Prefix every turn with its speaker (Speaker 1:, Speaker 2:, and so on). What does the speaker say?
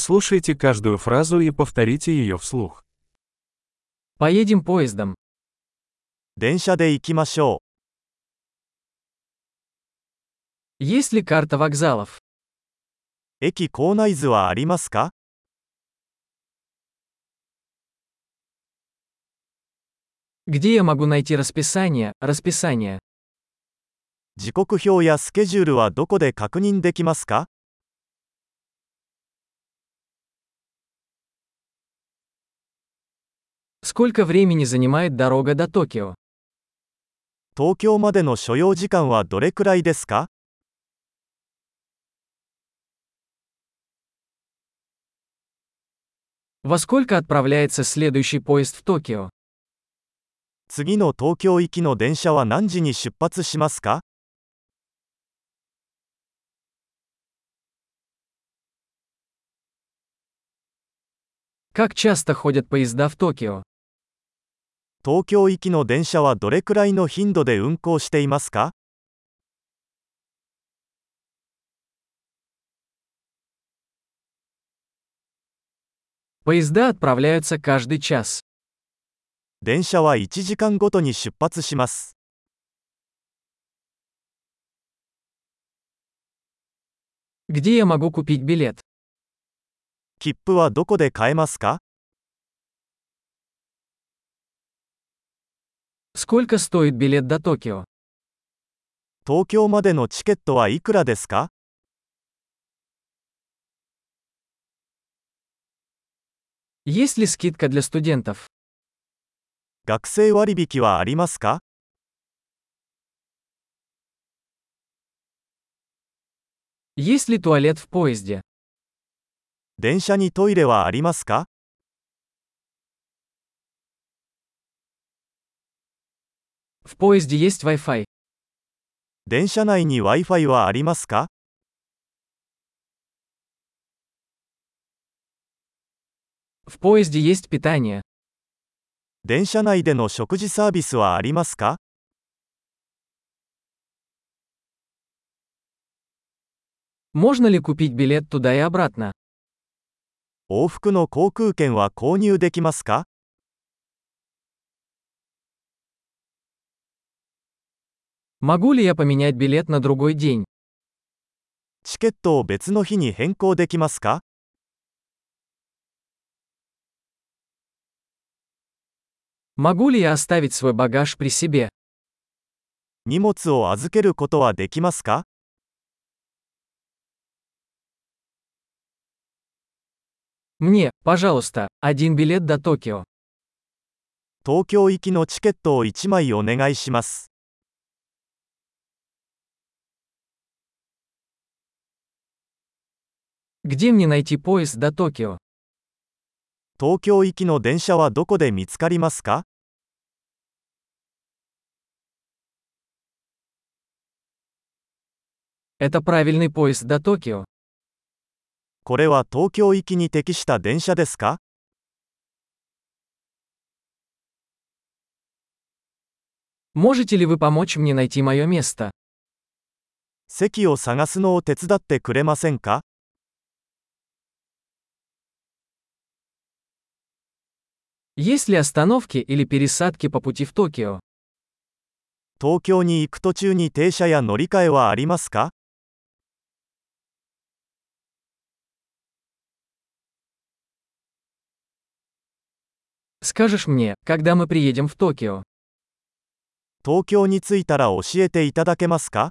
Speaker 1: Прослушайте каждую фразу и повторите ее вслух.
Speaker 2: Поедем поездом.
Speaker 3: 電車で行きましょ
Speaker 2: Есть ли карта вокзалов?
Speaker 3: う。駅構内図はありますか
Speaker 2: Где я могу найти расписание, расписание?
Speaker 3: 時刻表やスケジュールはどこで確認できますか
Speaker 2: Сколько времени занимает дорога до Токио?
Speaker 3: 東京までの所要時間はどれくらいですか
Speaker 2: Во сколько отправляется следующий поезд в Токио?
Speaker 3: 次の東京行きの電車は何時に出発しますか
Speaker 2: Как часто ходят поезда в Токио?
Speaker 3: 東京行きの電車はどれくらいの頻度で運行していますか
Speaker 2: Поезда отправляются каждый час.
Speaker 3: 電車は1時間ごとに出発します。
Speaker 2: Где я могу купить билет?
Speaker 3: 切符はどこで買えますか
Speaker 2: Сколько стоит билет до Токио?
Speaker 3: 東京までのチケットはいくらですか
Speaker 2: Есть ли скидка для студентов?
Speaker 3: 学生割引はありますか
Speaker 2: Есть ли туалет в поезде?
Speaker 3: 電車にトイレはありますか
Speaker 2: В поезде есть Wi-Fi.
Speaker 3: 電車内に Wi-Fi はありますか
Speaker 2: В поезде есть питание.
Speaker 3: 電車内での食事サービスはありますか
Speaker 2: Можно ли купить билет туда и обратно?
Speaker 3: 往復の航空券は購入できますか
Speaker 2: Могу ли я поменять билет на другой день?
Speaker 3: チケットを別の日に変更できますか
Speaker 2: Могу ли я оставить свой багаж при себе?
Speaker 3: 荷物を預けることはできますか
Speaker 2: Мне, пожалуйста, один билет до Токио.
Speaker 3: 東京行きのチケットを1枚お願いします。
Speaker 2: Где мне найти поезд до Токио?
Speaker 3: 東京行きの電車はどこで見つかりますか
Speaker 2: Это правильный поезд до Токио.
Speaker 3: これは東京行きに適した電車ですか
Speaker 2: Можете ли вы помочь мне найти мое место?
Speaker 3: 席を探すのを手伝ってくれませんか
Speaker 2: Есть ли остановки или пересадки по пути в Токио?
Speaker 3: 東京に行く途中に停車や乗り換えはありますか
Speaker 2: Скажешь мне, когда мы приедем в Токио?
Speaker 3: 東京に着いたら教えていただけますか